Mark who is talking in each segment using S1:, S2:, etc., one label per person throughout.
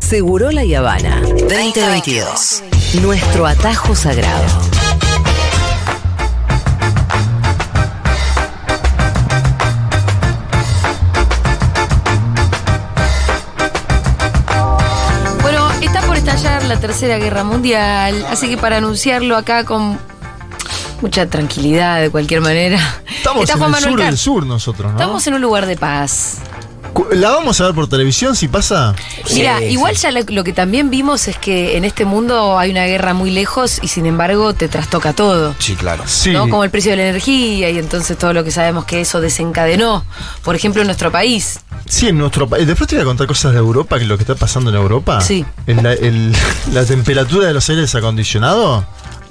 S1: Seguro La Habana 2022. Nuestro atajo sagrado.
S2: Bueno, está por estallar la Tercera Guerra Mundial, así que para anunciarlo acá con mucha tranquilidad, de cualquier manera.
S3: Estamos
S2: está
S3: en
S2: Juan
S3: el
S2: Manuel
S3: sur del
S2: Carr.
S3: sur nosotros, ¿no?
S2: Estamos en un lugar de paz.
S3: Cu- ¿La vamos a ver por televisión si pasa?
S2: Mira,
S4: Sí,
S2: igual ya lo, lo que también vimos es que en este mundo hay una guerra muy lejos y sin embargo te trastoca todo.
S4: Sí, claro.
S3: Sí.
S2: ¿no? Como el precio de la energía y entonces todo lo que sabemos que eso desencadenó, por ejemplo, en nuestro país.
S3: Sí, en nuestro país. Después te voy a contar cosas de Europa, que lo que está pasando en Europa.
S2: Sí.
S3: En la, el- la temperatura de los aires acondicionados.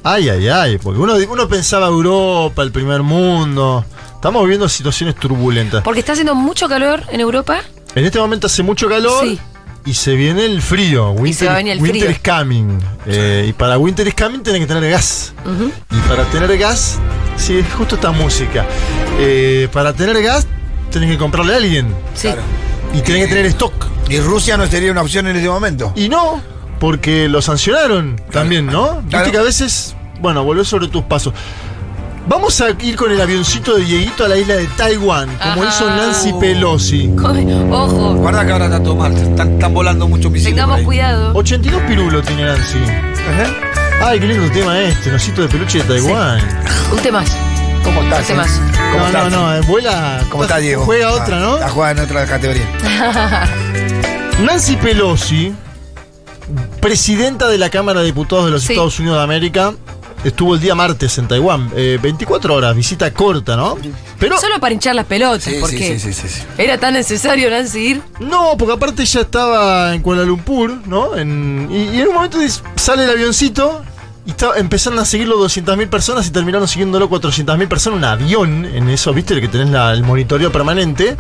S3: Ay, ay, ay. Porque uno, uno pensaba Europa, el primer mundo. Estamos viviendo situaciones turbulentas.
S2: Porque está haciendo mucho calor en Europa.
S3: En este momento hace mucho calor.
S2: Sí.
S3: Y se viene el frío. Winter,
S2: se va a venir el
S3: winter
S2: frío.
S3: is coming. Eh, y para Winter is coming tienen que tener gas.
S2: Ujú.
S3: Y para tener gas, sí, es justo esta música. Eh, para tener gas, tenés que comprarle a alguien.
S2: Sí.
S3: Y tenés que tener stock.
S4: Y Rusia no sería una opción en este momento.
S3: Y no, porque lo sancionaron también, ¿no? Viste
S4: Claro.
S3: que a veces, bueno, volvés sobre tus pasos. Vamos a ir con el avioncito de Dieguito a la isla de Taiwán, como
S2: Ajá.
S3: hizo Nancy Pelosi.
S2: Come- Ojo,
S4: Guarda que ahora está todo mal. Están, están volando muchos misiles. por
S2: tengamos
S4: ahí.
S2: cuidado.
S3: 82 pirulos tiene Nancy.
S4: Ajá.
S3: Ay, qué lindo tema este, un osito de peluche de Taiwán.
S2: Un tema.
S4: ¿Cómo estás? eh?
S2: ¿Qué más?
S4: ¿Cómo
S3: no,
S4: estás?
S3: no, no, eh, vuela.
S4: ¿Cómo estás, Diego? Ah,
S3: Juega otra, ¿no?
S4: La juega en otra categoría.
S3: Nancy Pelosi, presidenta de la Cámara de Diputados de los
S2: Sí.
S3: Estados Unidos de América, estuvo el día martes en Taiwán. Eh, 24 horas, visita corta, ¿no? Pero
S2: Solo para hinchar las pelotas,
S4: Sí, sí,
S2: porque
S4: sí, sí, sí, sí.
S2: era tan necesario, Nancy, ir.
S3: no, porque aparte ya estaba en Kuala Lumpur, ¿no? En- y, y en un momento dis- sale el avioncito y está, empezaron a seguirlo 200.000 personas y terminaron siguiéndolo 400.000 personas. Un avión en eso, ¿viste? El que tenés la- el monitoreo permanente.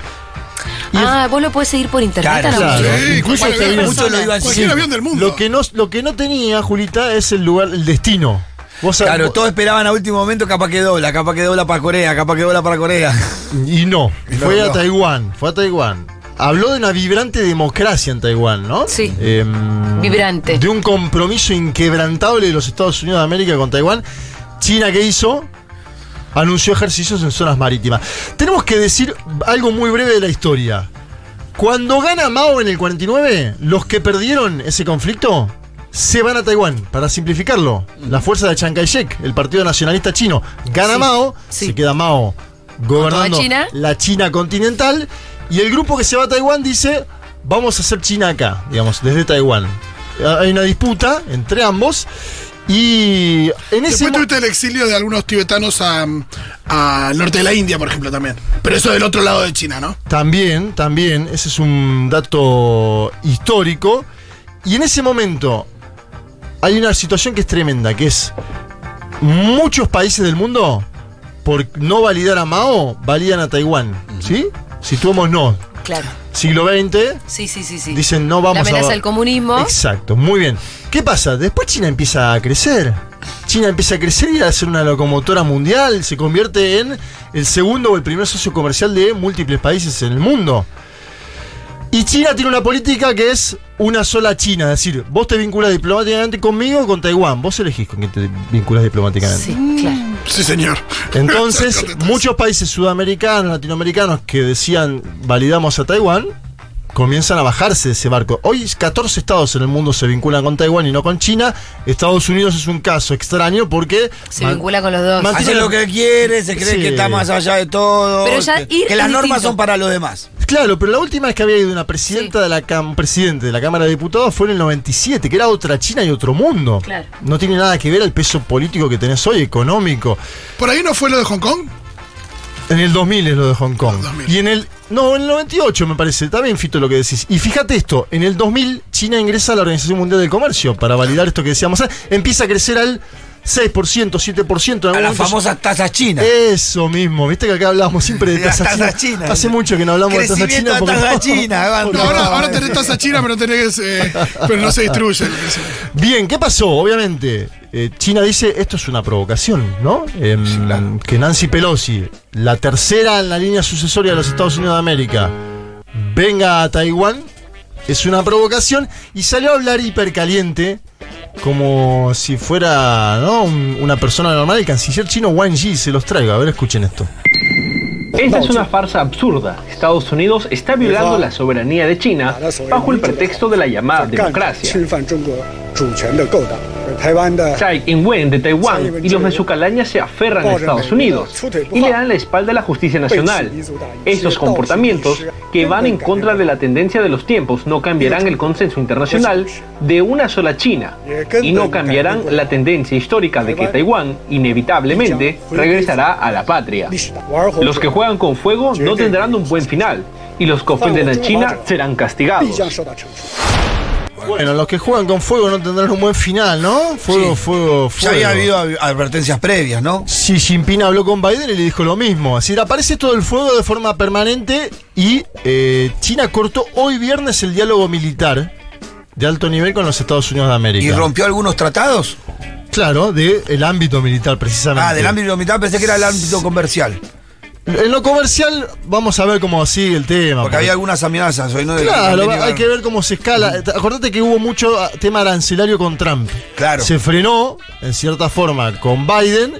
S3: Y es-
S2: Ah, vos lo podés seguir por internet
S4: Claro,
S2: a la
S3: Claro,
S2: mujer.
S5: Sí,
S3: incluso
S5: cualquier
S3: te
S5: avión.
S3: vienen-
S4: Muchos lo iban
S5: Cualquier
S4: siguiendo.
S5: avión del mundo.
S3: Lo que no, lo que no tenía, Julita, es el lugar, el destino. Vos sab-
S4: Claro,
S3: vos-
S4: todos esperaban a último momento, capaz que dobla, capaz que dobla para Corea, capaz que dobla para Corea.
S3: Y no.
S4: Y no,
S3: fue a
S4: no.
S3: Taiwán, fue a Taiwán. Habló de una vibrante democracia en Taiwán, ¿no?
S2: Sí.
S3: Em,
S2: Vibrante.
S3: De un compromiso inquebrantable de los Estados Unidos de América con Taiwán. China, ¿qué hizo? Anunció ejercicios en zonas marítimas. Tenemos que decir algo muy breve de la historia. Cuando gana Mao en el 49, los que perdieron ese conflicto se van a Taiwán. Para simplificarlo, la fuerza de Chiang Kai-shek, el Partido Nacionalista Chino, gana
S2: Sí,
S3: Mao,
S2: sí.
S3: se queda Mao gobernando
S2: toda China?
S3: la China continental. Y el grupo que se va a Taiwán dice, vamos a hacer China acá, digamos, desde Taiwán. Ah, Hay una disputa entre ambos. Y en ese
S5: Después
S3: mo-
S5: tuviste el exilio de algunos tibetanos a- al norte de la India, por ejemplo, también. Pero eso del otro lado de China, ¿no?
S3: También, también, ese es un dato histórico. Y en ese momento hay una situación que es tremenda, que es muchos países del mundo, por no validar a Mao, validan a Taiwán. ¿Sí? Situémonos,
S2: Claro.
S3: siglo XX,
S2: Sí, sí, sí, sí.
S3: dicen no vamos
S2: la amenaza
S3: a...
S2: del comunismo.
S3: Exacto, muy bien. ¿Qué pasa? Después China empieza a crecer. China empieza a crecer y a ser una locomotora mundial. Se convierte en el segundo o el primer socio comercial de múltiples países en el mundo. Y China tiene una política que es una sola China. Es decir, vos te vinculas diplomáticamente conmigo o con Taiwán. Vos elegís con quién te vinculas diplomáticamente.
S2: Sí, claro.
S5: Sí, señor.
S3: Entonces, muchos países sudamericanos, latinoamericanos que decían validamos a Taiwán, comienzan a bajarse de ese barco. Hoy 14 estados en el mundo se vinculan con Taiwán y no con China. Estados Unidos es un caso extraño porque...
S2: Se
S3: man-
S2: vincula con los dos.
S3: Mantiene-
S4: Hace lo que quiere, se cree
S3: Sí.
S4: que está más allá de todo. este,
S2: Pero ya
S4: que,
S2: ir
S4: que las
S2: es
S4: normas
S2: distinto.
S4: son para los demás.
S3: Claro, pero la última vez que había ido una presidenta
S2: Sí.
S3: de la cam- presidente de la Cámara de Diputados fue en el 97, que era otra China y otro mundo.
S2: Claro.
S3: No tiene nada que ver al peso político que tenés hoy, económico.
S5: ¿Por ahí no fue lo de Hong Kong?
S3: En el 2000 es lo de Hong Kong.
S5: El 2000.
S3: Y en el. No, en el 98 me parece. Está bien, Fito, lo que decís. Y fíjate esto: en el 2000 China ingresa a la Organización Mundial del Comercio para validar esto que decíamos. antes. Empieza a crecer al 6%, 7%. en algún
S4: A las
S3: momento-
S4: famosas tasas chinas.
S3: Eh, Eso mismo. Viste que acá hablábamos siempre de
S4: De las
S3: tasas chinas.
S4: tasas chinas.
S3: Hace mucho que no hablamos de tasas
S4: Crecimiento
S3: chinas.
S4: de
S3: porque-
S4: tasas chinas, Iván.
S3: porque-
S5: No, ahora,
S4: eh.
S5: ahora tenés tasa china, pero, tenés, eh, pero no se distribuye.
S3: Bien, ¿qué pasó? Obviamente, eh, China dice esto es una provocación, ¿no? Em, Que Nancy Pelosi, la tercera en la línea sucesoria de los Estados Unidos de América, venga a Taiwán es una provocación y salió a hablar hipercaliente como si fuera ¿no? Un- una persona normal. El canciller chino Wang Yi se los traigo. A ver, escuchen esto.
S6: Esta es una farsa absurda. Estados Unidos está violando la Ah, soberanía de China bajo el pretexto de la llamada
S7: 干侵
S6: democracia.
S7: 犯中国主权的勾当。而台湾的
S6: Tsai Ing-wen de Taiwán y los de su calaña se aferran a Estados Unidos y le dan la espalda a la justicia nacional. Estos comportamientos, que van en contra de la tendencia de los tiempos, no cambiarán el consenso internacional de una sola China y no cambiarán la tendencia histórica de que Taiwán, inevitablemente, regresará a la patria.
S7: 历史的玩火
S6: Los que juegan con fuego no tendrán un buen final y los que ofenden a China serán
S7: 必将
S6: castigados.
S7: 受到惩处。
S3: Bueno, los que juegan con fuego no tendrán un buen final, ¿no? Fuego,
S4: Sí.
S3: fuego, fuego.
S4: Ya había habido ad- advertencias previas, ¿no?
S3: Xi Jinping habló con Biden y le dijo lo mismo. Así aparece todo el fuego de forma permanente y eh, China cortó hoy viernes el diálogo militar de alto nivel con los Estados Unidos de América.
S4: ¿Y rompió algunos tratados?
S3: Claro, del ámbito militar precisamente.
S4: Ah, del ámbito militar pensé que era el ámbito comercial.
S3: En lo comercial vamos a ver cómo sigue el tema.
S4: Porque había algunas amenazas hoy, ¿no? De-
S3: Claro,
S4: de- de-
S3: hay que ver cómo se escala. Acordate que hubo mucho ah, tema arancelario con Trump.
S4: Claro.
S3: Se frenó, en cierta forma, con Biden.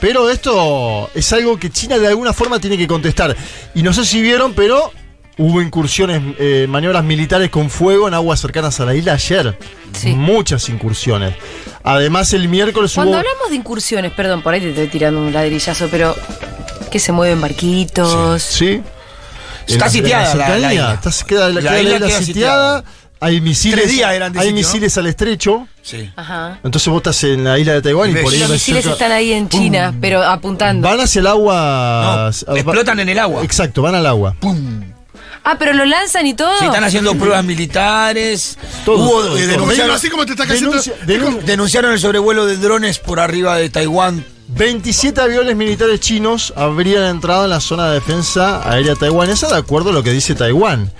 S3: Pero esto es algo que China de alguna forma tiene que contestar. Y no sé si vieron, pero hubo incursiones, eh, maniobras militares con fuego en aguas cercanas a la isla ayer.
S2: Sí.
S3: Muchas incursiones. Además, el miércoles
S2: Cuando
S3: hubo.
S2: hablamos de incursiones, perdón, por ahí te estoy tirando un ladrillazo, pero que se mueven barquitos.
S3: Sí.
S4: Está
S3: En- en
S4: sitiada la- la
S3: cercanía.
S4: isla.
S3: Está- queda,
S4: La
S3: queda la
S4: isla
S3: isla
S4: queda
S3: sitiada. Hay misiles,
S4: Tres días eran de
S3: hay
S4: sitio,
S3: misiles al estrecho.
S4: Sí.
S2: Ajá.
S3: Entonces vos estás en la isla de Taiwán y
S4: Ves.
S3: por ahí
S4: Y
S2: Los
S3: ves
S2: misiles
S3: cerca-
S2: están ahí en China, pero apuntando.
S3: Van hacia el agua.
S4: No,
S3: va-
S4: explotan en el agua.
S3: Exacto, van al agua.
S2: Ah, pero lo lanzan y todo.
S4: Sí, están haciendo pruebas militares.
S3: Todo,
S4: Hubo,
S3: todo,
S4: eh,
S3: todo.
S4: denunciaron-
S5: Pero así como te está cayendo.
S3: Denuncia- denun-
S4: denunciaron el sobrevuelo de drones por arriba de Taiwán.
S3: 27 aviones militares chinos habrían entrado en la zona de defensa aérea taiwanesa, de acuerdo a lo que dice Taiwán.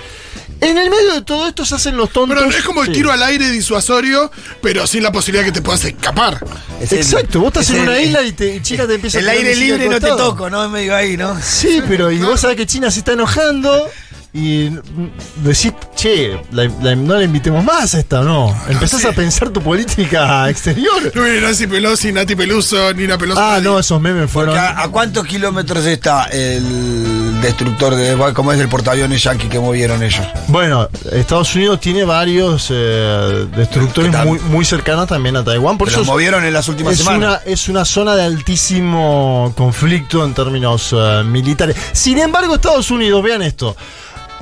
S3: En el medio de todo esto se hacen los tontos.
S5: Pero no es como el
S3: Sí.
S5: tiro al aire disuasorio, pero sin la posibilidad que te puedas escapar.
S4: Es el-
S3: Exacto, vos estás
S4: es
S3: en
S4: el-
S3: una isla y, te, y China te empieza a
S4: El
S3: tirar
S4: aire
S3: misiles
S4: libre
S3: al
S4: no te
S3: costado.
S4: toco, ¿no? Es medio ahí, ¿no?
S3: Sí, pero y vos sabés que China se está enojando y mm, decís, che, la- la- no la invitemos más a esta, ¿no? Empezás a pensar tu política exterior.
S5: No viene Nancy Pelosi, Nati Peluso, Nina Pelosi.
S3: Ah, no, esos memes fueron.
S4: Porque ¿A, a cuántos kilómetros está el destructor de como es el portaaviones yankee que movieron ellos?
S3: Bueno, Estados Unidos tiene varios eh, destructores
S4: ¿Qué tal?
S3: muy, muy cercanos también a Taiwán. Por
S4: Los
S3: eso es-
S4: movieron en las últimas
S3: es una,
S4: semanas.
S3: es una zona de altísimo conflicto en términos eh, militares. Sin embargo, Estados Unidos, vean esto.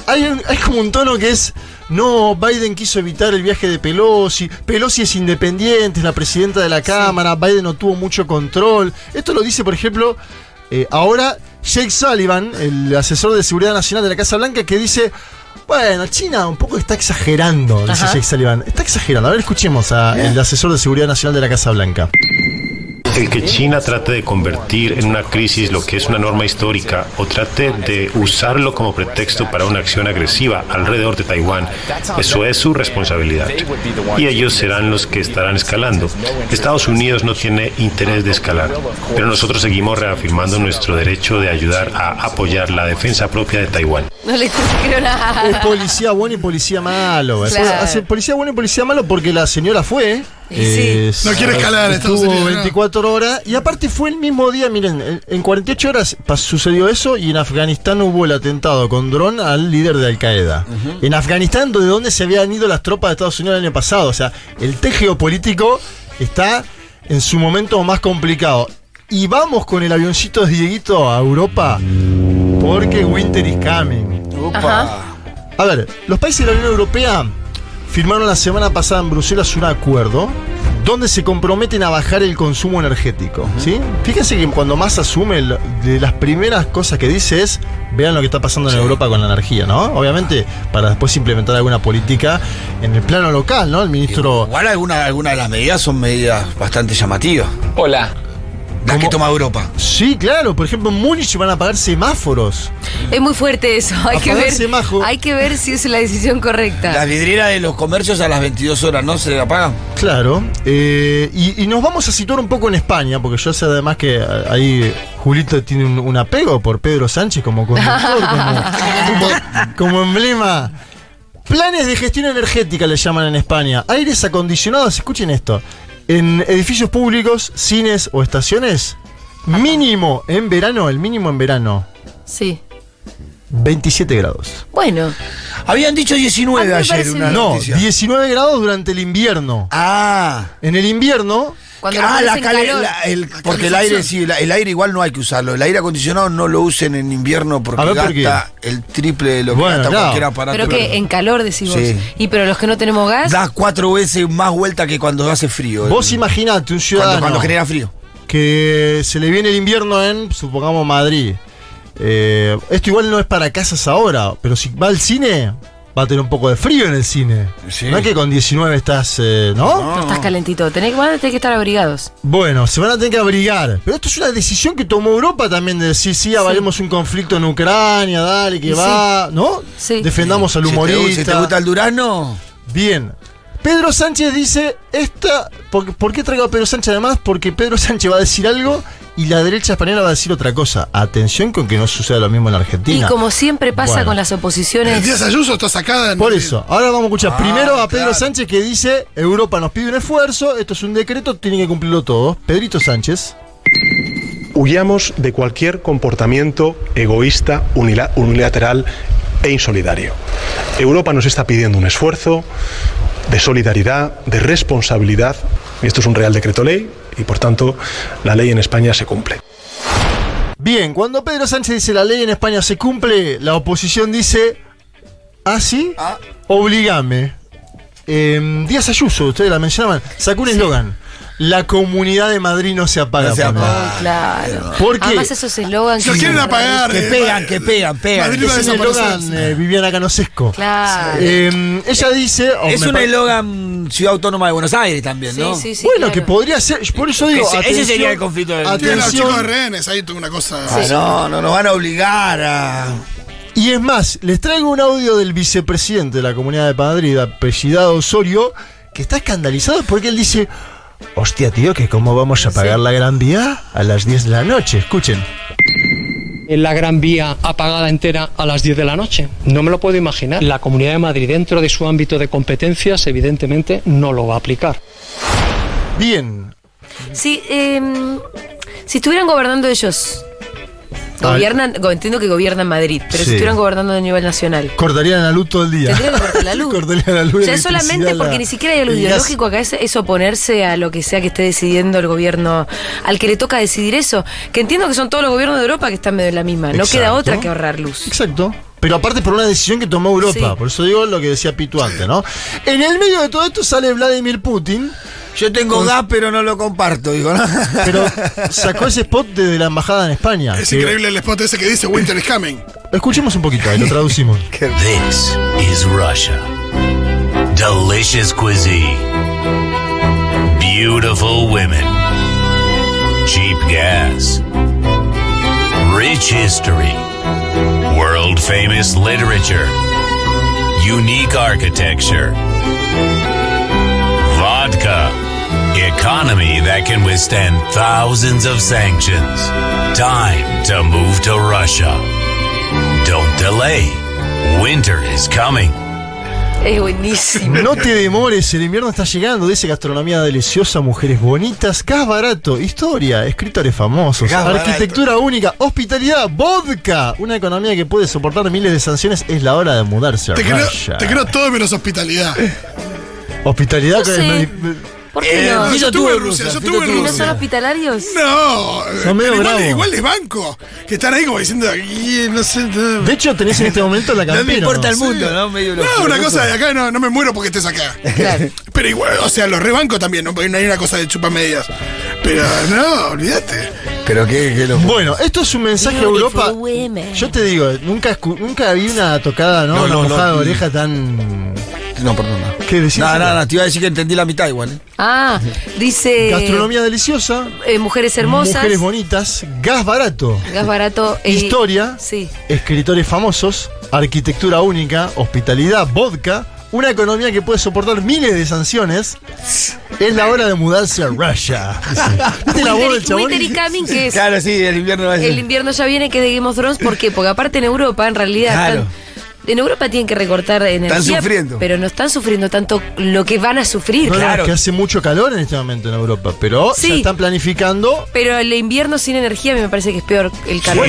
S3: Hay, un- hay como un tono que es, no, Biden quiso evitar el viaje de Pelosi, Pelosi es independiente, es la presidenta de la Cámara, Biden no tuvo mucho control. Esto lo dice, por ejemplo, eh, ahora Jake Sullivan, el asesor de Seguridad Nacional de la Casa Blanca, que dice, bueno, China un poco está exagerando, dice
S2: Ajá.
S3: Jake Sullivan. Está exagerando. A ver, escuchemos al asesor de Seguridad Nacional de la Casa Blanca.
S8: El que China trate de convertir en una crisis lo que es una norma histórica o trate de usarlo como pretexto para una acción agresiva alrededor de Taiwán, eso es su responsabilidad. Y ellos serán los que estarán escalando. Estados Unidos no tiene interés de escalar, pero nosotros seguimos reafirmando nuestro derecho de ayudar a apoyar la defensa propia de Taiwán.
S2: No le creo nada.
S3: Es policía bueno y policía malo. Es-
S2: Claro.
S3: hace policía bueno y policía malo porque la señora fue. Eh,
S2: Y
S5: No quiere escalar en Estados
S3: Estuvo
S5: Unidos, no.
S3: 24 horas y aparte fue el mismo día, miren, en- en 48 horas pas- sucedió eso y en Afganistán hubo el atentado con dron al líder de Al Qaeda. En Afganistán, de donde se habían ido las tropas de Estados Unidos el año pasado. O sea, el tejeo político está en su momento más complicado. Y vamos con el avioncito de Dieguito a Europa porque Winter is coming.
S4: Opa.
S3: A ver, los países de la Unión Europea firmaron la semana pasada en Bruselas un acuerdo donde se comprometen a bajar el consumo energético. ¿sí? Fíjense que cuando más asume, lo- de las primeras cosas que dice es, vean lo que está pasando en Europa con la energía, ¿no? Obviamente, para después implementar alguna política en el plano local, ¿no? El ministro...
S4: Igual algunas alguna de las medidas son medidas bastante llamativas.
S6: Hola.
S4: Las que toma Europa.
S3: Sí, claro, por ejemplo, en Múnich van a pagar semáforos.
S2: Es muy fuerte eso. Hay que, ver,
S3: Apagarse, Majo.
S2: hay que ver si es la decisión
S4: Las
S2: correcta.
S4: vidrieras de los comercios a las 22 horas no se apagan.
S3: Claro, eh, y, y nos vamos a situar un poco en España, porque yo sé además que eh, ahí Julito tiene un, un apego por Pedro Sánchez como conductor, como, como- como emblema. Planes de gestión energética le llaman en España. Aires acondicionados, escuchen esto. En edificios públicos, cines o estaciones, mínimo en verano, el mínimo en verano,
S2: Sí.
S3: 27 grados.
S2: Bueno,
S4: Habían dicho 19
S2: A mí me
S4: ayer
S2: parece
S4: una
S2: bien.
S3: No,
S4: noticia.
S3: 19 grados durante el invierno.
S4: Ah.
S3: En el invierno,
S2: cuando
S4: ah,
S2: lo
S4: la
S2: pones en
S4: cale-
S2: calor,
S4: la- el- porque el aire sí, la- el aire igual no hay que usarlo. El aire acondicionado no lo usen en invierno porque
S3: A ver, ¿por
S4: gasta el triple de lo que
S3: Bueno,
S4: gasta
S3: claro.
S4: cualquier aparato.
S2: pero que en calor decís vos.
S4: Sí.
S2: Y pero los que no tenemos gas,
S4: das cuatro veces más vuelta que cuando hace frío.
S3: vos
S4: El-
S3: imaginate un ciudadano
S4: cuando, cuando genera frío.
S3: que se le viene el invierno en, supongamos, Madrid. Eh, esto igual no es para casas ahora, pero si va al cine, va a tener un poco de frío en el cine.
S4: Sí.
S3: No es que con 19 estás, eh, ¿no?
S2: no estás calentito. Tenés, van a tener que estar abrigados.
S3: Bueno, se van a tener que abrigar. Pero esto es una decisión que tomó Europa también de decir, sí, avalemos un conflicto en Ucrania, dale, que
S2: Y
S3: va, ¿no?
S2: Sí.
S3: Defendamos al
S4: Si te-
S3: humorista.
S4: Si te gusta el Durano,
S3: Bien. Pedro Sánchez dice, esta, ¿por, por qué traigo a Pedro Sánchez además? Porque Pedro Sánchez va a decir algo y la derecha española va a decir otra cosa. Atención con que no suceda lo mismo en la
S2: Y
S3: Argentina.
S2: como siempre pasa
S3: Bueno.
S2: con las oposiciones.
S5: Díaz Ayuso está sacada. ¿no?
S3: Por eso, ahora vamos a escuchar
S4: Ah,
S3: primero a Pedro
S4: claro.
S3: Sánchez que dice, Europa nos pide un esfuerzo, esto es un decreto, tienen que cumplirlo todos. Pedrito Sánchez.
S9: Huyamos de cualquier comportamiento egoísta, unila- unilateral e insolidario. Europa nos está pidiendo un esfuerzo de solidaridad, de responsabilidad. Y Esto es un Real Decreto Ley y, por tanto, la ley en España se cumple.
S3: Bien, cuando Pedro Sánchez dice la ley en España se cumple, la oposición dice, ¿ah, sí?
S4: Ah.
S3: Obligame. Eh, Díaz Ayuso, ustedes la mencionaban, sacó un eslogan. La comunidad de Madrid no se apaga.
S4: No se
S3: ponía.
S4: apaga.
S2: Oh, claro.
S3: ¿Por qué?
S2: Además esos eslogans.
S5: Lo
S2: que-
S5: quieren apagar.
S4: que
S5: eh,
S4: pegan,
S5: va-
S4: que pegan, pegan.
S5: Madrid
S4: Es
S5: va a
S3: Es un
S5: desaparecer.
S3: eslogan eh, Viviana Canosesco.
S2: Claro.
S3: Eh, ella dice... o
S4: Es
S3: me
S4: un
S3: pare-
S4: eslogan Ciudad Autónoma de Buenos Aires también, ¿no?
S2: Sí, sí, sí,
S3: bueno,
S2: claro.
S3: que podría ser... Por eso digo...
S4: Ese- ese
S3: atención-
S4: sería el conflicto del-
S5: Tiene a los chicos de
S3: Atención,
S5: rehenes, ahí tuvo una cosa.
S4: Ah, no, no nos van a obligar a.
S3: Y es más, les traigo un audio del vicepresidente de la Comunidad de Madrid, apellidado Osorio, que está escandalizado porque él dice, hostia tío, que cómo vamos a pagar la Gran Vía a las 10 de la noche, escuchen.
S10: en la Gran Vía apagada entera a las 10 de la noche. No me lo puedo imaginar. La Comunidad de Madrid, dentro de su ámbito de competencias, evidentemente no lo va a aplicar.
S3: Bien,
S2: Si, eh, si estuvieran gobernando ellos,
S3: A ver.
S2: gobiernan, go- entiendo que gobiernan Madrid, pero
S3: Sí.
S2: si estuvieran gobernando a nivel nacional,
S3: cortarían la luz todo el día.
S2: tendrían que cortar la luz.
S3: Cortarían la luz.
S2: Ya
S3: la
S2: solamente
S3: electricidad,
S2: porque
S3: la-
S2: ni siquiera hay algo
S3: el gas.
S2: ideológico acá, es, es oponerse a lo que sea que esté decidiendo el gobierno, al que le toca decidir eso. Que entiendo que son todos los gobiernos de Europa que están medio en la misma. No queda
S3: Exacto.
S2: otra que ahorrar luz.
S3: Exacto. Pero aparte por una decisión que tomó Europa,
S2: Sí.
S3: por eso digo lo que decía Pitu antes, ¿no? En el medio de todo esto sale Vladimir Putin,
S4: Yo tengo gas, pero no lo comparto, digo, ¿no?
S3: pero sacó ese spot desde la embajada en España.
S5: Es
S3: que-
S5: increíble el spot ese que dice Winter is coming.
S3: Escuchemos un poquito, ahí lo traducimos.
S11: This is Russia. Delicious cuisine. Beautiful women. Cheap gas. Rich history. World famous literature. Unique architecture. Vodka. Economy that can withstand thousands of sanctions. Time to move to Russia. Don't delay. Winter is coming.
S2: Es buenísimo.
S3: No te demores, el invierno está llegando. Dice gastronomía deliciosa, mujeres bonitas, gas barato, historia, escritores famosos,
S4: Gas barato.
S3: arquitectura única, hospitalidad, vodka. Una economía que puede soportar miles de sanciones es la hora de mudarse. a
S5: Te creo,
S3: Russia.
S5: te creo todo menos hospitalidad.
S3: Hospitalidad
S2: No
S3: con
S2: sé.
S3: el medi-
S2: ¿Por qué
S4: Eh,
S2: no?
S4: Fito
S5: yo
S4: tuvo
S5: tuve
S4: en Rusia,
S5: Rusia, yo
S4: Fito
S5: tuve en
S4: tuvo en
S2: ¿No
S5: Rusia.
S2: son hospitalarios?
S5: No,
S3: Son medio
S5: pero igual,
S3: bravos.
S5: igual les banco, que están ahí como diciendo, "Y, no sé. No,
S3: De hecho, tenés en este momento la campera.
S4: No me importa
S3: ¿no?
S4: el mundo, ¿no? Medio
S5: No,
S4: loco.
S5: una cosa de acá, no, no me muero porque estés acá.
S2: Claro.
S5: Pero igual, o sea, los rebanco también, no, Porque no hay una cosa de chupamedias. Pero no, olvídate.
S4: Pero qué, qué loco.
S3: Bueno, esto es un mensaje a Europa.
S2: E.
S3: Yo te digo, nunca, escu- nunca vi una tocada, ¿no?
S4: No,
S3: una
S4: no, no.
S3: mojada de oreja tan.
S4: No, perdona.
S3: ¿Qué decís?
S4: No, no, no, te iba a decir que entendí la mitad igual. ¿eh?
S2: Ah, dice.
S3: Gastronomía deliciosa,
S2: eh, mujeres hermosas.
S3: mujeres bonitas, gas barato.
S2: Gas barato. eh,
S3: Historia,
S2: Sí.
S3: escritores famosos, arquitectura única, hospitalidad, vodka, una economía que puede soportar miles de sanciones. Es la hora de mudarse a Russia. ¿Viste la voz del
S2: Winter,
S3: chabón?
S2: Winter is coming, que es
S4: Claro, sí, el invierno va a
S2: el
S4: ser.
S2: invierno ya viene, que es de Game of Thrones. ¿Por qué? Porque aparte en Europa, en realidad,
S4: Claro.
S2: están en Europa tienen que recortar energía.
S3: sufriendo.
S2: Pero no están sufriendo tanto lo que van a sufrir.
S3: No, no, es que hace mucho calor en este momento en Europa, pero
S2: Sí.
S3: ya están planificando.
S2: Pero el invierno sin energía a mí me parece que es peor el calor.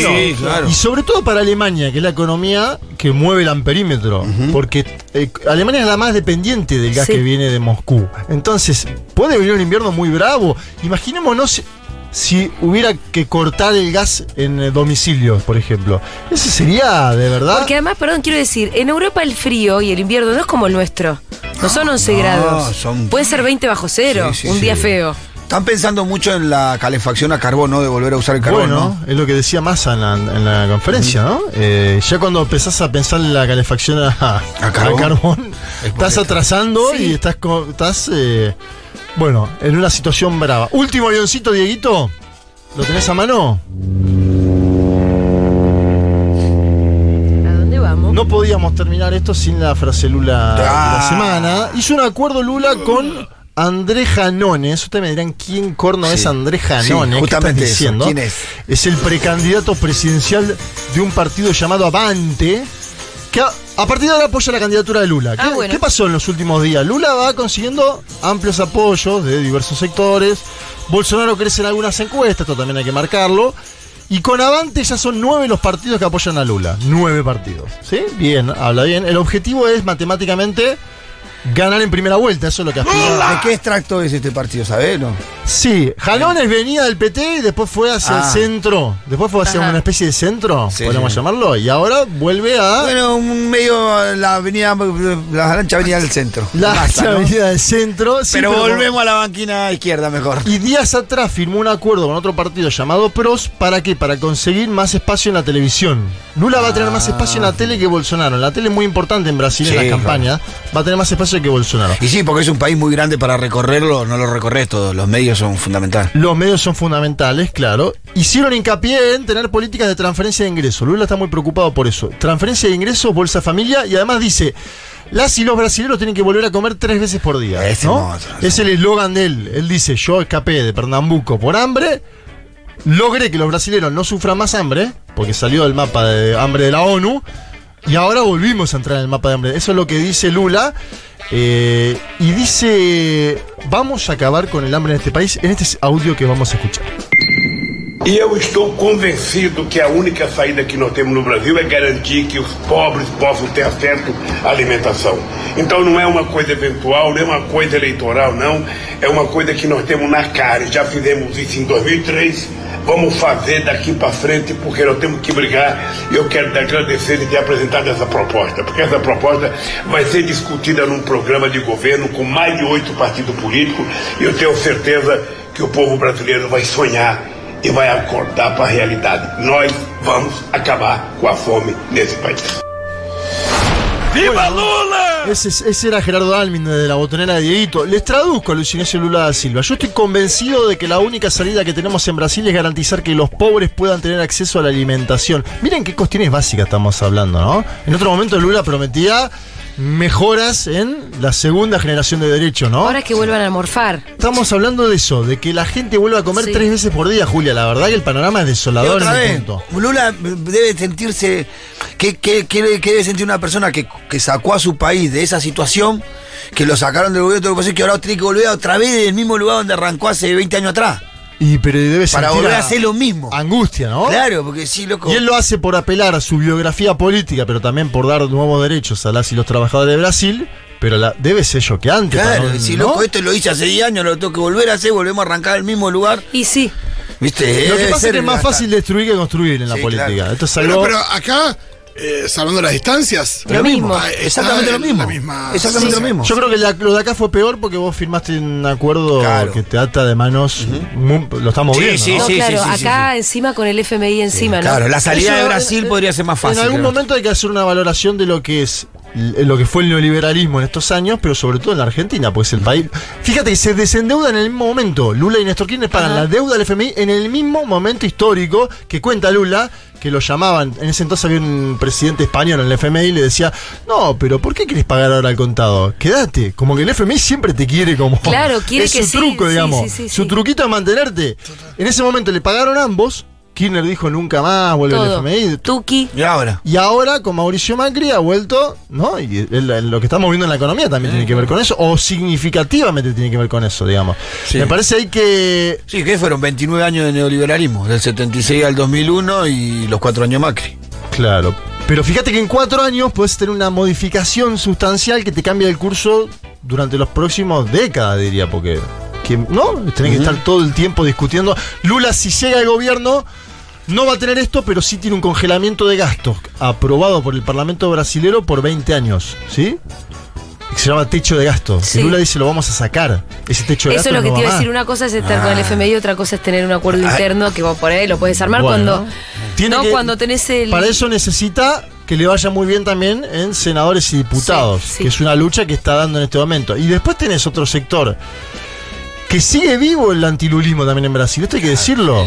S3: Y sobre todo para Alemania, que es la economía que mueve el amperímetro, porque eh, Alemania es la más dependiente del gas
S2: Sí.
S3: que viene de Moscú. Entonces, puede venir un invierno muy bravo. Imaginémonos si, si hubiera que cortar el gas en eh, domicilios, por ejemplo. Ese sería, de verdad.
S2: Porque además, perdón, quiero decir, en Europa el frío y el invierno no es como el nuestro. No son 11 grados.
S4: son-
S2: Puede ser 20 bajo cero,
S4: Sí, sí,
S2: un
S4: sí.
S2: día feo.
S4: Están pensando mucho en la calefacción a carbón, ¿no? De volver a usar el carbón,
S3: Bueno,
S4: ¿no?
S3: es lo que decía Massa en la, en la conferencia, ¿no? Eh, ya cuando empezás a pensar en la calefacción a, a
S4: carbón.
S3: carbón, estás atrasando y estás, co- estás eh, bueno, en una situación brava. Último avioncito, Dieguito. ¿Lo tenés a mano?
S2: ¿A dónde vamos?
S3: No podíamos terminar esto sin la frase Lula de
S4: Ah.
S3: la semana. Hizo un acuerdo Lula con André Janones. Ustedes me dirán quién corno
S4: Sí.
S3: es André Janones.
S4: Sí,
S3: ¿Qué
S4: justamente
S3: estás
S4: eso.
S3: diciendo?
S4: ¿Quién es?
S3: el precandidato presidencial de un partido llamado Avante. Que a, a partir de ahora apoya la candidatura de Lula. ¿Qué,
S2: Ah, bueno.
S3: qué pasó en los últimos días? Lula va consiguiendo amplios apoyos de diversos sectores. Bolsonaro crece en algunas encuestas, esto también hay que marcarlo. Y con Avante ya son nueve los partidos que apoyan a Lula. Nueve partidos. ¿Sí? Bien, habla bien. El objetivo es matemáticamente ganar en primera vuelta. Eso es lo que aspira.
S4: ¿De qué extracto es este partido, sabés? No.
S3: Sí, Jalones venía del PT y después fue hacia
S4: Ah.
S3: el centro. Después fue hacia
S4: Ajá.
S3: una especie de centro, podemos llamarlo. Y ahora vuelve a.
S4: Bueno, un medio la avenida, la ancha avenida del centro.
S3: La
S4: Massa, ¿no?
S3: avenida del centro. sí,
S4: pero,
S3: como-
S4: volvemos a la banquina izquierda mejor.
S3: Y días atrás firmó un acuerdo con otro partido llamado PROS. ¿Para qué? Para conseguir más espacio en la televisión. Lula va a tener más espacio en la tele que Bolsonaro. La tele es muy importante en Brasil
S4: Ah. Sí,
S3: en la
S4: claro.
S3: campaña. Va a tener más espacio que Bolsonaro.
S4: Y sí, porque es un país muy grande para recorrerlo, no lo recorres todo, los medios son fundamentales.
S3: Los medios son fundamentales, claro. Hicieron hincapié en tener políticas de transferencia de ingresos. Lula está muy preocupado por eso. Transferencia de ingresos, bolsa familia y además dice, las y los brasileños tienen que volver a comer tres veces por día.
S4: Ese
S3: ¿no?
S4: monstruo,
S3: Es el eslogan de él. Él dice, yo escapé de Pernambuco por hambre, logré que los brasileños no sufran más hambre, porque salió del mapa de hambre de la ONU, y ahora volvimos a entrar en el mapa de hambre. Eso es lo que dice Lula. eh, y dice, vamos a acabar con el hambre en este país, en este audio que vamos a escuchar.
S12: E eu estou convencido que a única saída que nós temos no Brasil é garantir que os pobres possam ter acesso à alimentação. Então não é uma coisa eventual, nem uma coisa eleitoral, não. É uma coisa que nós temos na cara. Já fizemos isso em 2003. Vamos fazer daqui para frente porque nós temos que brigar. E eu quero te agradecer de ter apresentado essa proposta, porque essa proposta vai ser discutida num programa de governo com mais de oito partidos políticos. E eu tenho certeza que o povo brasileiro vai sonhar e vai acordar para a realidade. Nós vamos acabar com a fome nesse país.
S3: ¡Viva Lula! Ese, es- ese era Gerardo Almin de la botonera de Dieguito. Les traduzco a Luis Ignacio Lula da Silva. Yo estoy convencido de que la única salida que tenemos en Brasil es garantizar que los pobres puedan tener acceso a la alimentación. Miren qué cuestiones básicas estamos hablando, ¿no? En otro momento Lula prometía mejoras en la segunda generación de derechos, ¿no?
S2: Ahora que vuelvan a morfar.
S3: Estamos hablando de eso, de que la gente vuelva a comer
S2: Sí.
S3: tres veces por día, Julia. La verdad que el panorama es
S4: Y
S3: desolador
S4: otra
S3: en este
S4: vez,
S3: punto.
S4: Lula debe sentirse. ¿Qué que, que- que debe sentir una persona que, que sacó a su país de esa situación? Que lo sacaron del gobierno, todo lo que pasó, que ahora tiene que volver otra vez del mismo lugar donde arrancó hace 20 años atrás.
S3: Y pero debe
S4: Para
S3: sentir
S4: volver a
S3: a-
S4: hacer lo mismo.
S3: Angustia, ¿no?
S4: Claro, porque sí, loco.
S3: Oh. Y él lo hace por apelar a su biografía política, pero también por dar nuevos derechos a las y los trabajadores de Brasil. Pero la, debe ser choqueante.
S4: Claro,
S3: para un-
S4: si
S3: ¿no?
S4: loco, este esto lo hice hace 10 años, lo tengo que volver a hacer, volvemos a arrancar el mismo lugar.
S2: Y sí.
S4: ¿Viste?
S3: Lo que
S4: Debe
S3: pasa es
S4: ser
S3: que es más
S4: hasta-
S3: fácil destruir que construir en la política. Esto es algo.
S5: Bueno, pero acá, eh, salvando las distancias,
S3: Lo mismo,
S5: ah, está
S3: exactamente lo
S5: en
S3: mismo.
S5: la misma
S3: Sí,
S5: situación.
S3: Yo creo que la- lo de acá fue peor porque vos firmaste un acuerdo que te ata de manos. mu- Lo estamos
S4: Sí,
S3: viendo.
S4: sí,
S3: ¿no?
S2: No, claro, acá encima con el FMI encima, ¿no?
S4: Claro, la salida
S3: Eso-
S4: de Brasil podría ser más fácil.
S3: En algún
S4: creo.
S3: momento hay que hacer una valoración de lo que es lo que fue el neoliberalismo en estos años, pero sobre todo en la Argentina, pues el país. Fíjate que se desendeuda en el mismo momento. Lula y Néstor Kirchner pagan la deuda del FMI en el mismo momento histórico que cuenta Lula, que lo llamaban, en ese entonces había un presidente español en el FMI y le decía, no, pero ¿por qué querés pagar ahora al contado? Quédate, como que el FMI siempre te quiere como.
S2: Claro, quiere
S3: es
S2: que
S3: su
S2: sí,
S3: truco,
S2: sí,
S3: digamos.
S2: sí, sí,
S3: su
S2: sí.
S3: truquito es mantenerte. En ese momento le pagaron ambos. Kirchner dijo nunca más, vuelve
S2: Todo.
S3: el FMI.
S2: Tuki.
S4: Y ahora.
S3: Y ahora con Mauricio Macri ha vuelto, ¿no? Y el- el- lo que estamos viendo en la economía también tiene que ver con eso, o significativamente tiene que ver con eso, digamos.
S4: Sí.
S3: Me parece ahí que.
S4: Sí, que fueron 29 años de neoliberalismo, del 76 al 2001 y los cuatro años Macri.
S3: Claro. Pero fíjate que en cuatro años puedes tener una modificación sustancial que te cambia el curso durante los próximos décadas, diría, porque. que- ¿No? Tenés que estar todo el tiempo discutiendo. Lula, si llega al gobierno, no va a tener esto, pero sí tiene un congelamiento de gastos aprobado por el Parlamento brasilero por 20 años, ¿sí? Que se llama techo de gastos.
S2: Sí.
S3: Y Lula dice, lo vamos a sacar. Ese techo de
S2: Eso
S3: gastos.
S2: es lo que
S3: no
S2: te
S3: va
S2: iba a decir.
S3: más.
S2: Una cosa es estar con el
S3: Ah.
S2: FMI, otra cosa es tener un acuerdo interno que vos por ahí lo puedes armar
S3: Bueno.
S2: cuando.
S3: Tiene
S2: no,
S3: que-
S2: cuando tenés el.
S3: Para eso necesita que le vaya muy bien también en senadores y diputados, que es una lucha que está dando en este momento. Y después tenés otro sector que sigue vivo el antilulismo también en Brasil, esto hay que decirlo.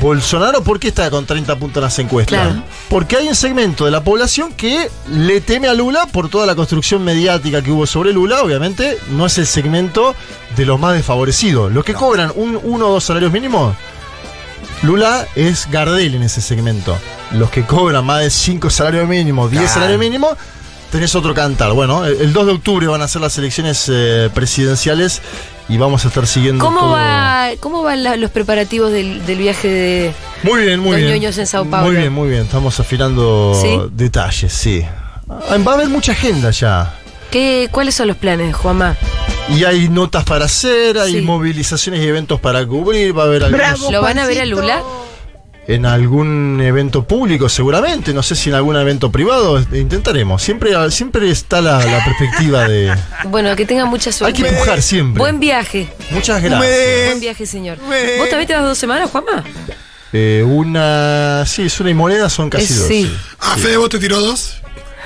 S3: Bolsonaro, ¿por qué está con 30 puntos en las encuestas?
S2: Claro.
S3: Porque hay un segmento de la población que le teme a Lula por toda la construcción mediática que hubo sobre Lula, obviamente no es el segmento de los más desfavorecidos. Los que cobran un, uno o dos salarios mínimos, Lula es Gardel en ese segmento. Los que cobran más de 5 salarios mínimos, 10
S4: Claro.
S3: salarios mínimos, tenés otro cantar. Bueno, el, el 2 de octubre van a ser las elecciones eh, presidenciales y vamos a estar siguiendo.
S2: ¿Cómo,
S3: todo.
S2: va, ¿Cómo van la- los preparativos del, del viaje de
S3: Muy bien, muy
S2: Los
S3: bien.
S2: Ñoños en Sao Paulo?
S3: Muy bien, muy bien. Estamos afilando
S2: ¿Sí?
S3: detalles, sí. Ah, Va a haber mucha agenda ya.
S2: ¿Qué, ¿Cuáles son los planes, Juanma?
S3: Y hay notas para hacer, hay
S2: Sí.
S3: movilizaciones y eventos para cubrir, va a haber algunos-
S2: ¿Lo van a ver a Lula?
S3: en algún evento público seguramente, no sé si en algún evento privado, eh, intentaremos. Siempre, siempre está la, la perspectiva de...
S2: Bueno, que tenga mucha
S3: Hay
S2: suerte.
S3: que empujar siempre.
S2: Buen viaje.
S3: Muchas gracias.
S2: Buen viaje, señor. ¿Vos también te vas dos semanas, Juanma?
S3: Eh, una... Sí, es una y moneda, son casi
S2: Es-
S3: dos.
S2: sí.
S3: Eh, sí.
S5: Ah, Fede, vos te tiró dos.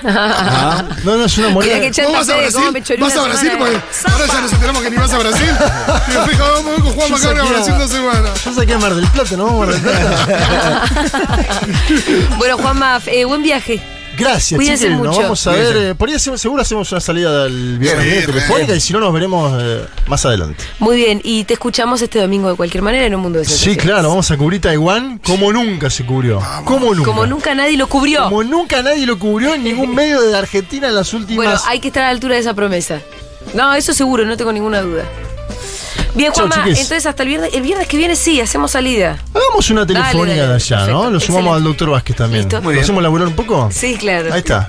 S3: Ah, No, no, es una moneda.
S2: Mira que
S5: ¿Vos
S2: chanta
S5: vas a
S2: Fede,
S5: Brasil?
S2: cómo me choreó
S5: ¿Vas
S2: una
S5: a Brasil?
S2: semana.
S5: Porque ahora ya nos enteramos que ni vas a Brasil. Pero fija, vamos con Juan
S3: Yo
S5: Macarra a
S3: saqué a-
S5: Brasil dos semanas.
S3: Yo saqué a Mar del Plata, ¿no? Mar del Plata.
S2: Bueno, Juanma, eh, buen viaje.
S3: Gracias,
S2: Cuídense
S3: chiquilines, Nos
S2: mucho.
S3: vamos a ver. eh, por ahí hacemos- seguro hacemos una salida del viernes
S5: Bien,
S3: telefónica
S5: bien.
S3: y si no, nos veremos eh, más adelante.
S2: Muy bien, y te escuchamos este domingo de cualquier manera en un mundo de
S3: Sí,
S2: sensaciones.
S3: claro, vamos a cubrir Taiwán como nunca se cubrió. Como nunca.
S2: Como nunca nadie lo cubrió.
S3: Como nunca nadie lo cubrió en ningún medio de Argentina en las últimas.
S2: Bueno, hay que estar a la altura de esa promesa. No, eso seguro, no tengo ninguna duda. Bien,
S3: Chau,
S2: Juanma,
S3: chiquis.
S2: entonces hasta el viernes, el viernes que viene sí, hacemos salida.
S3: Hagamos una
S2: Dale,
S3: telefónica
S2: dale,
S3: de allá, ¿no?
S2: perfecto,
S3: Lo sumamos
S2: excelente.
S3: al doctor Vázquez también.
S2: Listo. Muy
S3: ¿Lo
S2: bien.
S3: hacemos laburar un poco?
S2: Sí, claro.
S3: Ahí está.